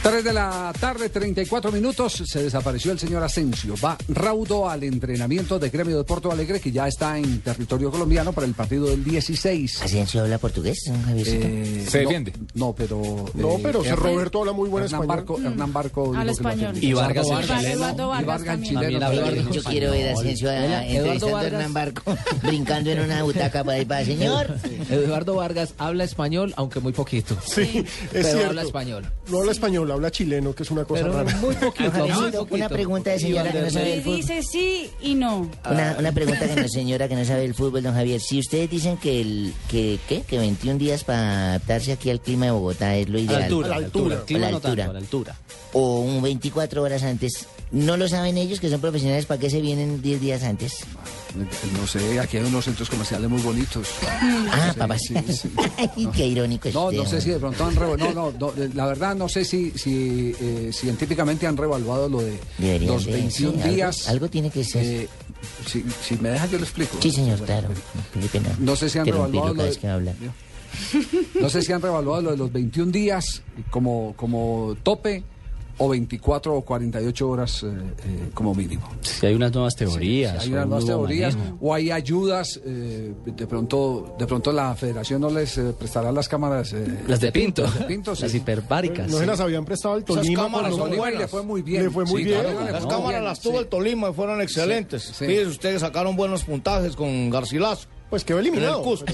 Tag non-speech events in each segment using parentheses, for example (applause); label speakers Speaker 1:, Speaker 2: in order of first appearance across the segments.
Speaker 1: 3 de la tarde, 34 minutos, se desapareció el señor Asensio. Va raudo al entrenamiento de Gremio de Porto Alegre, que ya está en territorio colombiano para el partido del 16.
Speaker 2: ¿Asensio habla portugués, don Javiercito?
Speaker 1: Eh,
Speaker 3: Se
Speaker 1: no,
Speaker 3: defiende.
Speaker 1: No, pero...
Speaker 4: No,
Speaker 1: eh,
Speaker 4: pero o sea,
Speaker 1: Hernán-
Speaker 4: Roberto habla muy buen
Speaker 1: Hernán
Speaker 4: español.
Speaker 1: Barco, Hernán Barco... dijo que lo
Speaker 5: español.
Speaker 1: tenía.
Speaker 5: Y
Speaker 3: Vargas
Speaker 1: Eduardo
Speaker 3: en chileno.
Speaker 5: Eduardo
Speaker 1: Y
Speaker 5: Vargas
Speaker 1: Vargas en
Speaker 5: también.
Speaker 1: chileno.
Speaker 2: Yo-
Speaker 1: pero dijo
Speaker 2: yo quiero ver a Asensio a- entrevistando a Hernán Barco, (laughs) brincando en una butaca para ir para señor.
Speaker 6: Eduardo Vargas habla español, aunque muy poquito.
Speaker 4: Sí, es
Speaker 6: Pero
Speaker 4: cierto.
Speaker 6: habla español.
Speaker 4: No habla español, habla chileno, que es una cosa
Speaker 6: Pero
Speaker 4: rara.
Speaker 6: muy poquito.
Speaker 2: Ojalá
Speaker 6: muy
Speaker 2: sea una
Speaker 6: poquito.
Speaker 2: pregunta de señora
Speaker 6: Y
Speaker 2: que no sabe
Speaker 5: Y
Speaker 2: el fútbol.
Speaker 5: dice sí y no.
Speaker 2: Una, una pregunta que no, señora, que no sabe el fútbol, don Javier. Si ustedes dicen que el que, ¿qué? que 21 días para adaptarse aquí al clima de Bogotá es lo
Speaker 6: A
Speaker 2: ideal,
Speaker 6: la altura,
Speaker 4: A la altura.
Speaker 6: el clima
Speaker 2: A la
Speaker 6: no tanto,
Speaker 2: altura.
Speaker 6: a la altura.
Speaker 2: o un 24 horas antes, ¿no lo saben ellos que son profesionales? ¿Para qué se vienen 10 días antes?
Speaker 1: Eh, No sé, aquí hay unos centros comerciales muy bonitos.
Speaker 2: Ah,
Speaker 1: Sí,
Speaker 2: papá.
Speaker 1: sí, sí.
Speaker 2: (laughs) Ay, qué irónico este es
Speaker 1: No,
Speaker 2: usted,
Speaker 1: no sé
Speaker 2: hombre.
Speaker 1: si de pronto han revaluado. No, no, no, eh, la verdad no sé si, si eh, científicamente han revaluado lo de
Speaker 2: Deberían
Speaker 1: los
Speaker 2: de,
Speaker 1: 21
Speaker 2: sí, algo-
Speaker 1: días.
Speaker 2: algo tiene que ser.
Speaker 1: Eh, si, si me deja, yo lo explico.
Speaker 2: Sí, señor, claro. Qué pena
Speaker 1: No sé si han
Speaker 2: interrumpirlo
Speaker 1: revaluado.
Speaker 2: cada
Speaker 1: lo de-
Speaker 2: vez que habla.
Speaker 1: No sé si han revaluado lo de los 21 días como, como tope o 24 o 48 horas eh, eh, como mínimo.
Speaker 7: Si hay unas nuevas teorías.
Speaker 1: Hay
Speaker 7: o
Speaker 1: unas
Speaker 7: un
Speaker 1: nuevas
Speaker 7: nuevo
Speaker 1: teorías
Speaker 7: manejo.
Speaker 1: o hay ayudas. eh, de pronto de pronto la federación no les eh, prestará las cámaras. eh,
Speaker 7: Las de Pinto.
Speaker 1: Las de Pinto, sí.
Speaker 7: Las hiperbáricas.
Speaker 4: No se las habían prestado al Tolima.
Speaker 1: Bueno,
Speaker 4: por lo
Speaker 1: Tolima
Speaker 4: menos.
Speaker 1: le fue muy bien.
Speaker 4: Le fue muy
Speaker 1: Sí,
Speaker 4: bien.
Speaker 1: Tolima le
Speaker 8: Las
Speaker 1: fue muy
Speaker 8: cámaras
Speaker 1: bien,
Speaker 8: las tuvo
Speaker 1: sí.
Speaker 8: el Tolima y fueron excelentes.
Speaker 1: sí.
Speaker 8: Fíjense, ustedes sacaron buenos puntajes con Garcilaso.
Speaker 4: Pues quedó
Speaker 8: En el
Speaker 4: eliminado.
Speaker 8: Cusco.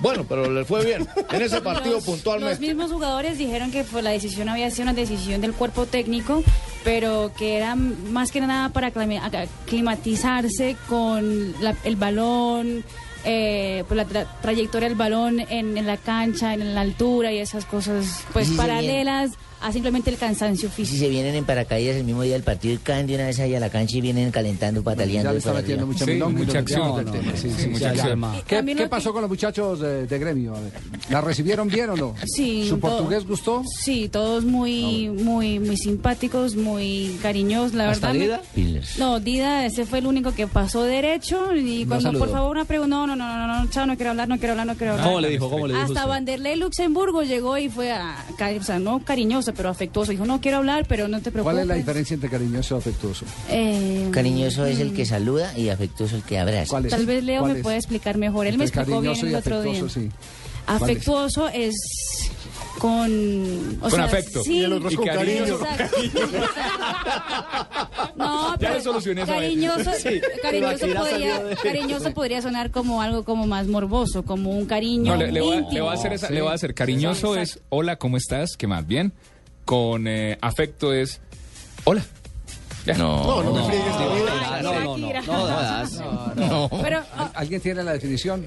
Speaker 8: Bueno, pero les fue bien. En ese partido
Speaker 5: Los- Los
Speaker 8: puntualmente.
Speaker 5: mismos jugadores dijeron que pues, la decisión había sido una decisión del cuerpo técnico, pero que era más que nada para aclami- ac- aclimatizarse con la- el balón, eh, pues, la tra- trayectoria del balón en, en la cancha, en la altura y esas cosas pues
Speaker 2: Sí, sí,
Speaker 5: paralelas a simplemente el cansancio
Speaker 2: Y si
Speaker 5: físico.
Speaker 2: se vienen en paracaídas el mismo día del partido y caen de una vez ahí a la cancha y vienen calentando, pataleando.
Speaker 1: Ya le
Speaker 2: por
Speaker 1: está
Speaker 2: arriba.
Speaker 1: metiendo mucha
Speaker 3: Sí,
Speaker 1: milonga y
Speaker 3: mucha
Speaker 1: lo-
Speaker 3: acción
Speaker 1: no,
Speaker 3: del
Speaker 1: no,
Speaker 3: tema.
Speaker 1: no, sí,
Speaker 3: Sí,
Speaker 1: sí,
Speaker 3: mucha
Speaker 1: ya,
Speaker 3: acción.
Speaker 1: ya. ¿Qué,
Speaker 5: También
Speaker 1: qué
Speaker 5: lo-
Speaker 1: pasó con los muchachos de, de gremio? A ver, ¿La recibieron bien o no?
Speaker 5: Sí,
Speaker 1: ¿Su
Speaker 5: todo.
Speaker 1: portugués gustó?
Speaker 5: Sí, todos muy, muy, muy simpáticos, muy cariñosos, la
Speaker 6: ¿Hasta
Speaker 5: verdad. me-
Speaker 6: Lida?
Speaker 2: Pilas.
Speaker 5: No, Dida, ese fue el único que pasó derecho y
Speaker 6: No
Speaker 5: cuando
Speaker 6: saludó.
Speaker 5: por favor una pregunta, no, no, no, no, no, no, chao, no quiero hablar, no quiero hablar, no quiero hablar.
Speaker 7: ¿Cómo le dijo? ¿Cómo le dijo?
Speaker 5: Hasta
Speaker 7: usted?
Speaker 5: Vanderlei Luxemburgo llegó y fue, a, ca- o sea, no cariñoso, pero afectuoso. Dijo, no quiero hablar, pero no te preocupes.
Speaker 1: ¿Cuál es la diferencia entre cariñoso y afectuoso?
Speaker 5: Eh,
Speaker 2: Cariñoso es el que saluda y afectuoso el que abraza.
Speaker 1: ¿Cuál es?
Speaker 5: Tal vez Leo
Speaker 1: ¿Cuál
Speaker 5: me
Speaker 1: es?
Speaker 5: pueda explicar mejor. Él me
Speaker 1: Entre
Speaker 5: explicó bien
Speaker 1: cariñoso
Speaker 5: el
Speaker 1: y
Speaker 5: otro día.
Speaker 1: afectuoso, sí. ¿Cuál es?
Speaker 5: Afectuoso es con... o
Speaker 3: Con
Speaker 5: sea,
Speaker 3: afecto.
Speaker 5: sí,
Speaker 4: Y el otro es
Speaker 3: Y
Speaker 4: con cariño.
Speaker 3: cariño.
Speaker 5: Exacto. No,
Speaker 3: Ya
Speaker 5: pero
Speaker 3: le solucioné esa
Speaker 5: cariñoso,
Speaker 3: vaina. Sí,
Speaker 5: cariñoso,
Speaker 3: Shakira
Speaker 5: podría,
Speaker 3: salió de-
Speaker 5: cariñoso podría sonar como algo como más morboso, como un cariño
Speaker 3: No, le, le voy a, le voy a hacer
Speaker 5: íntimo.
Speaker 3: esa- le voy a hacer. Cariñoso
Speaker 5: Sí,
Speaker 3: es hola, ¿cómo estás? ¿Qué más? Bien. Con eh, afecto es hola. Ya.
Speaker 4: No, no me friegues.
Speaker 6: No,
Speaker 4: David.
Speaker 6: no, no, no, no, no, das.
Speaker 5: Pero, ah,
Speaker 1: ¿Alguien tiene la definición?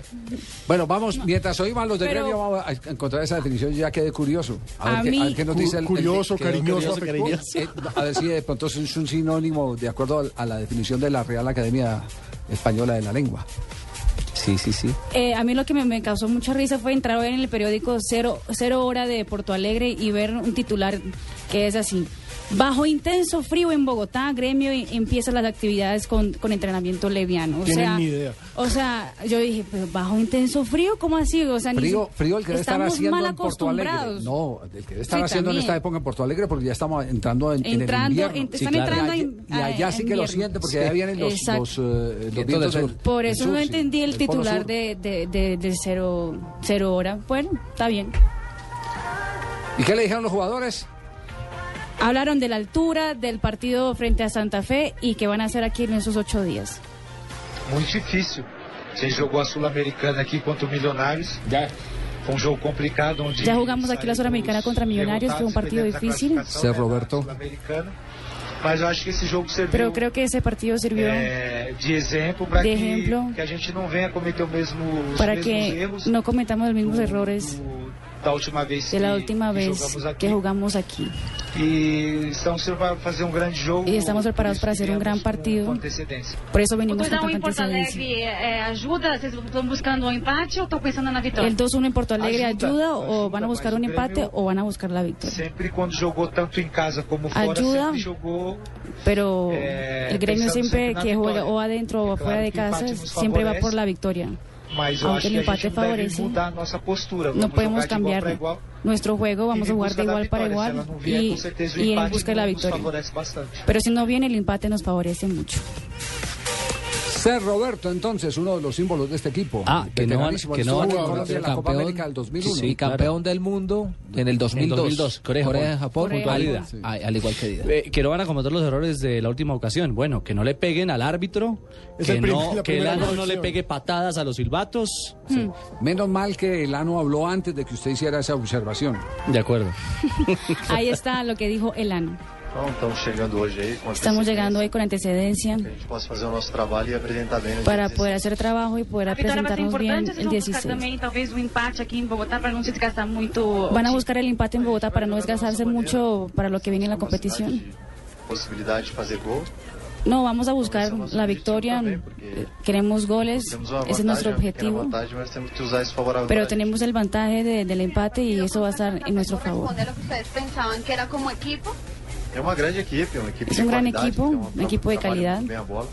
Speaker 1: Bueno, vamos, mientras hoy van los de
Speaker 5: Pero-
Speaker 1: gremio, vamos a encontrar esa definición. Yo ya quedé curioso. A ver,
Speaker 5: A
Speaker 1: qué,
Speaker 5: mí-
Speaker 1: ver qué nos dice el. el-
Speaker 4: Curioso,
Speaker 1: quedó
Speaker 4: cariñoso, afectuoso.
Speaker 1: Eh, a ver si de pronto es un- es un sinónimo de acuerdo al- a la definición de la Real Academia Española de la Lengua.
Speaker 7: Sí, sí, sí.
Speaker 5: eh, a mí lo que me, me causó mucha risa fue entrar hoy en el periódico Cero, Cero Hora de Porto Alegre y ver un titular que es así. Bajo intenso frío en Bogotá, gremio y- empieza las actividades con, con entrenamiento leviano. O
Speaker 4: Tienen
Speaker 5: sea,
Speaker 4: ni idea.
Speaker 5: O sea, yo dije, pero bajo intenso frío, ¿cómo así? O sea, ni
Speaker 1: Frío,
Speaker 5: si-
Speaker 1: frío el que debe estar
Speaker 5: estamos
Speaker 1: haciendo
Speaker 5: mal
Speaker 1: en Porto Alegre.
Speaker 5: acostumbrados.
Speaker 1: No, el que debe estar
Speaker 5: Sí,
Speaker 1: haciendo en
Speaker 5: también.
Speaker 1: esta época en Porto Alegre porque ya estamos entrando en, en
Speaker 5: Entrando,
Speaker 1: el invierno.
Speaker 5: ent- están entrando
Speaker 1: Y allá-
Speaker 5: en-
Speaker 1: y allá
Speaker 5: a-
Speaker 1: sí que lo
Speaker 5: invierno.
Speaker 1: sienten porque
Speaker 5: Sí.
Speaker 1: allá vienen los,
Speaker 5: Exacto.
Speaker 1: los, eh, los
Speaker 6: Vientos del
Speaker 1: vientos del
Speaker 6: sur.
Speaker 5: Por
Speaker 1: del
Speaker 5: eso
Speaker 1: sur,
Speaker 5: no
Speaker 1: sí,
Speaker 5: entendí el
Speaker 1: del polo
Speaker 5: titular
Speaker 1: sur.
Speaker 5: de, de, de, de cero, cero hora. Bueno, está bien.
Speaker 1: ¿Y qué le dijeron los jugadores?
Speaker 5: Hablaron de la altura del partido frente a Santa Fe y que van a hacer aquí en esos ocho días.
Speaker 9: Muito difícil. A gente jogou a Sul-Americana aqui contra o Milionários.
Speaker 3: Ya.
Speaker 9: Foi um jogo complicado. Onde
Speaker 5: Ya jugamos aquí la Suramericana contra Millonarios, fue un partido difícil.
Speaker 1: Ser Roberto.
Speaker 9: Mas eu acho que esse jogo serviu
Speaker 5: Pero creo que ese partido sirvió
Speaker 9: é, de exemplo para
Speaker 5: De
Speaker 9: que,
Speaker 5: ejemplo.
Speaker 9: que a gente não venha cometer o mesmo, os
Speaker 5: para
Speaker 9: mesmos
Speaker 5: que
Speaker 9: erros
Speaker 5: no cometamos los mismos
Speaker 9: do-
Speaker 5: errores
Speaker 9: do- da última vez
Speaker 5: de la
Speaker 9: que-
Speaker 5: última
Speaker 9: que
Speaker 5: vez
Speaker 9: jogamos aqui.
Speaker 5: que jugamos aquí.
Speaker 9: E estamos para fazer um grande jogo.
Speaker 5: Y estamos preparados para hacer un gran
Speaker 9: com
Speaker 5: partido.
Speaker 9: antecedência.
Speaker 5: Por eso venimos con
Speaker 10: Coisa 1
Speaker 5: tanta
Speaker 10: em Porto
Speaker 5: antecedencia.
Speaker 10: Alegre é, ajuda? Vocês estão buscando um empate ou estão pensando na vitória?
Speaker 5: El 2-1 en Porto Alegre
Speaker 10: Ajuda,
Speaker 5: ayuda o van a buscar un empate o van a buscar la victoria.
Speaker 9: Sempre quando jogou tanto em casa como fora,
Speaker 5: Ajuda.
Speaker 9: sempre jogou
Speaker 5: Pero
Speaker 9: Eh,
Speaker 5: el gremio
Speaker 9: pensando
Speaker 5: siempre
Speaker 9: siempre en la
Speaker 5: que juega
Speaker 9: victoria.
Speaker 5: o adentro o afuera de
Speaker 9: que empate
Speaker 5: casa
Speaker 9: nos
Speaker 5: siempre va
Speaker 9: favorece.
Speaker 5: por la victoria.
Speaker 9: Mas eu
Speaker 5: Aunque
Speaker 9: acho
Speaker 5: el
Speaker 9: que a gente
Speaker 5: empate
Speaker 9: não deve
Speaker 5: favorece,
Speaker 9: mudar a nossa postura.
Speaker 5: no
Speaker 9: Vamos
Speaker 5: podemos
Speaker 9: jogar de igual para
Speaker 5: cambiarlo.
Speaker 9: igual.
Speaker 5: Nuestro juego vamos a
Speaker 9: em
Speaker 5: jugar de
Speaker 9: busca da
Speaker 5: igual
Speaker 9: vitória.
Speaker 5: para
Speaker 9: Se
Speaker 5: igual
Speaker 9: ela não vier,
Speaker 5: y,
Speaker 9: com certeza, o
Speaker 5: y en
Speaker 9: empate
Speaker 5: busca de la
Speaker 9: nos
Speaker 5: victoria.
Speaker 9: favorece bastante.
Speaker 5: Pero si no viene el empate nos favorece mucho.
Speaker 1: Ser Roberto, entonces, uno de los símbolos de este equipo.
Speaker 6: Ah, que no, van-
Speaker 1: Veteranísimo,
Speaker 6: que no
Speaker 1: estuvo
Speaker 6: van
Speaker 1: en Colombia en la Copa América del 2001.
Speaker 6: Sí, campeón del mundo en el 2002.
Speaker 7: 2002, Corea,
Speaker 6: Corea,
Speaker 7: Japón.
Speaker 6: Japón.
Speaker 7: Corea,
Speaker 6: al-
Speaker 7: Japón.
Speaker 6: al, al igual que Dida.
Speaker 7: Eh, que no van a cometer los errores de la última ocasión. Bueno, que no le peguen al árbitro,
Speaker 1: Es
Speaker 7: que,
Speaker 1: el prim-
Speaker 7: no,
Speaker 1: la
Speaker 7: que el
Speaker 1: primera
Speaker 7: árbitro no
Speaker 1: corrección.
Speaker 7: le pegue patadas a los silbatos.
Speaker 1: Menos mal que Elano habló antes de que usted hiciera esa observación.
Speaker 7: De acuerdo.
Speaker 5: (laughs) Ahí está lo que dijo Elano.
Speaker 11: Então, estamos chegando hoje aí com
Speaker 5: Estamos
Speaker 11: antecedência,
Speaker 5: llegando hoy con antecedencia
Speaker 11: que a gente possa fazer o nosso trabalho e apresentar bem. no
Speaker 5: para
Speaker 11: dia
Speaker 5: poder hacer trabajo y poder
Speaker 10: A vitória vai ser
Speaker 5: presentarnos bien
Speaker 10: importante, vocês
Speaker 5: el
Speaker 10: vão buscar
Speaker 5: 16.
Speaker 10: também talvez um empate aqui em Bogotá para não se desgastar muito.
Speaker 5: Van a buscar el empate en Bogotá para no desgastarse mucho para lo que viene en la competición.
Speaker 11: 16, Possibilidade de fazer gol.
Speaker 5: No, vamos a buscar la victoria. eh, Queremos goles,
Speaker 11: Temos uma
Speaker 5: ese
Speaker 11: vantagem,
Speaker 5: es nuestro
Speaker 11: uma pequena
Speaker 5: objetivo.
Speaker 11: vantagem, mas temos que usar isso favorável.
Speaker 5: Pero tenemos el vantaje de- del empate y eso va a estar en nuestro favor.
Speaker 12: responder lo que ustedes pensaban que era como equipo.
Speaker 11: É uma grande equipe, uma equipe
Speaker 5: Es
Speaker 11: de
Speaker 5: un gran
Speaker 11: qualidade,
Speaker 5: equipo,
Speaker 11: que tem uma-
Speaker 5: un equipo de
Speaker 11: trabalha muito
Speaker 5: calidad
Speaker 11: bem a bola.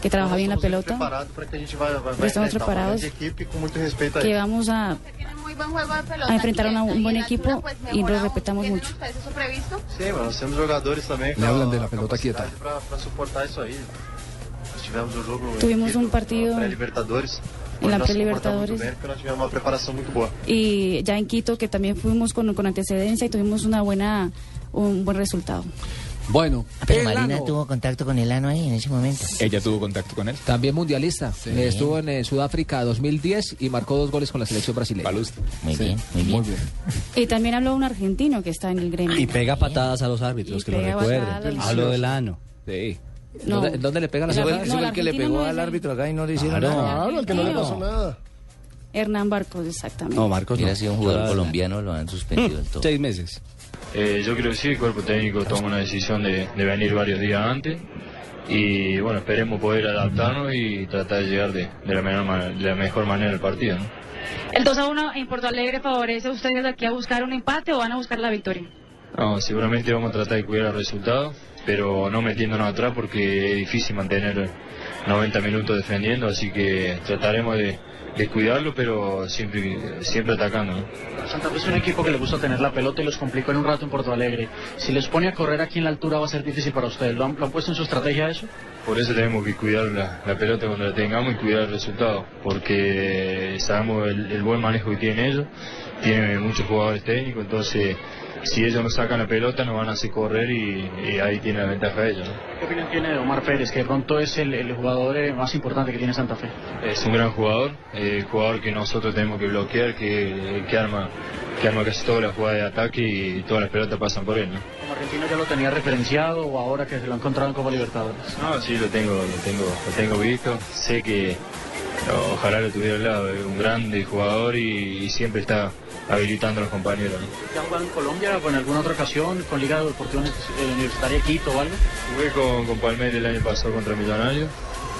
Speaker 5: que trabaja bien la pelota,
Speaker 11: Preparado para que a gente vai, vai,
Speaker 5: Pero
Speaker 11: vai
Speaker 5: estamos
Speaker 11: enfrentar uma
Speaker 5: preparados.
Speaker 11: grande equipe com muito respeito a
Speaker 5: que
Speaker 11: isso.
Speaker 5: vamos a,
Speaker 12: Muy buen juego de pelota.
Speaker 5: a enfrentar a una- un buen
Speaker 12: Y en altura,
Speaker 5: equipo
Speaker 12: pues,
Speaker 5: y
Speaker 12: mejora
Speaker 5: lo
Speaker 12: aún.
Speaker 5: respetamos
Speaker 12: ¿Tienen
Speaker 5: mucho.
Speaker 12: ustedes eso previsto?
Speaker 11: Sim, mas nós temos jogadores também
Speaker 1: Me hablan
Speaker 11: a-
Speaker 1: de la pelota quieta.
Speaker 11: para para suportar isso aí. Nós tivemos um jogo
Speaker 5: Tuvimos um partido
Speaker 11: na pré-libertadores.
Speaker 5: en la
Speaker 11: onde nós suportamos muito
Speaker 5: Pre-Libertadores
Speaker 11: bem, porque nós tivemos uma preparação muito boa.
Speaker 5: y ya en Quito que también fuimos con, con antecedencia y tuvimos una buena un buen resultado.
Speaker 1: Bueno,
Speaker 2: Pero
Speaker 5: el
Speaker 2: Marina
Speaker 5: ano.
Speaker 2: tuvo contacto con Elano ahí en ese momento.
Speaker 3: Ella tuvo contacto con él.
Speaker 6: También mundialista. Estuvo en eh, Sudáfrica 2010 y marcó dos goles con la selección brasileña.
Speaker 2: Muy bien, muy bien.
Speaker 5: Y también habló un argentino que está en el gremio.
Speaker 7: Y pega patadas a los árbitros,
Speaker 5: Y
Speaker 7: que lo
Speaker 5: pega patadas a
Speaker 7: recuerden.
Speaker 5: los
Speaker 7: Hablo del ano.
Speaker 3: Sí.
Speaker 5: No. ¿Dónde-
Speaker 7: le pega
Speaker 5: las patadas? No, el argentino no es el-
Speaker 8: acá y no le
Speaker 7: Claro.
Speaker 8: nada.
Speaker 4: que no le pasó
Speaker 5: nada. Hernán Barcos, exactamente.
Speaker 7: No, Marcos
Speaker 8: Hubiera
Speaker 7: no.
Speaker 8: sido un jugador
Speaker 7: Claro.
Speaker 8: colombiano, lo han suspendido del todo.
Speaker 7: Seis meses.
Speaker 13: Eh, yo creo que sí, el cuerpo técnico toma una decisión de, de venir varios días antes y bueno, esperemos poder adaptarnos y tratar de llegar de, de la, menor ma- de la mejor manera al partido. ¿no?
Speaker 10: El 2 a 1 en Porto Alegre favorece a ustedes aquí a buscar un empate o van a buscar la victoria.
Speaker 13: No, seguramente vamos a tratar de cuidar el resultado, pero no metiéndonos atrás porque es difícil mantener 90 minutos defendiendo, así que trataremos de, de cuidarlo, pero siempre, siempre atacando. ¿no?
Speaker 14: Santa Fe es un equipo que le gusta tener la pelota y los complicó en un rato en Porto Alegre. Si les pone a correr aquí en la altura va a ser difícil para ustedes. ¿Lo han, lo han puesto en su estrategia eso?
Speaker 13: Por eso tenemos que cuidar la, la pelota cuando la tengamos y cuidar el resultado, porque sabemos el, el buen manejo que tienen ellos, tienen muchos jugadores técnicos, entonces si ellos no sacan la pelota nos van a hacer correr y, y ahí tiene la ventaja ellos. ¿no?
Speaker 14: ¿Qué opinión tiene de Omar Pérez, que de pronto es el, el jugador eh, más importante que tiene Santa Fe?
Speaker 13: Es un gran jugador, eh, jugador que nosotros tenemos que bloquear, que, que arma que arma casi todas las jugadas de ataque y todas las pelotas pasan por él. ¿no?
Speaker 14: ¿Como argentino ya lo tenía referenciado o ahora que se lo ha encontrado en Copa Libertadores?
Speaker 13: No, sí, lo tengo, lo tengo, lo tengo visto. Sé que o- ojalá lo tuviera al lado. Es un grande jugador y, y siempre está habilitando a los compañeros. ¿no?
Speaker 14: ¿Ya ha jugado en Colombia o en alguna otra ocasión con Liga Deportiva Uni- eh, Universitaria Quito o algo?
Speaker 13: Jugué con, con Palmeiras el año pasado contra Millonarios.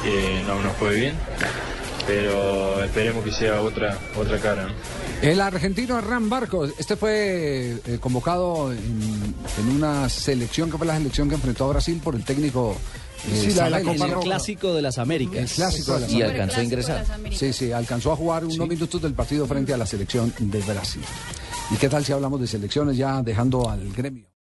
Speaker 13: eh, no nos fue bien, pero esperemos que sea otra, otra cara. ¿no?
Speaker 1: El argentino Hernán Barcos, este fue eh, convocado en, en una selección que fue la selección que enfrentó a Brasil por el técnico. eh, Samelio.
Speaker 7: Es el clásico de las Américas.
Speaker 1: El clásico de las Américas. Sí, sí, alcanzó a jugar unos minutos del partido frente a la selección de Brasil. ¿Y qué tal si hablamos de selecciones ya dejando al gremio?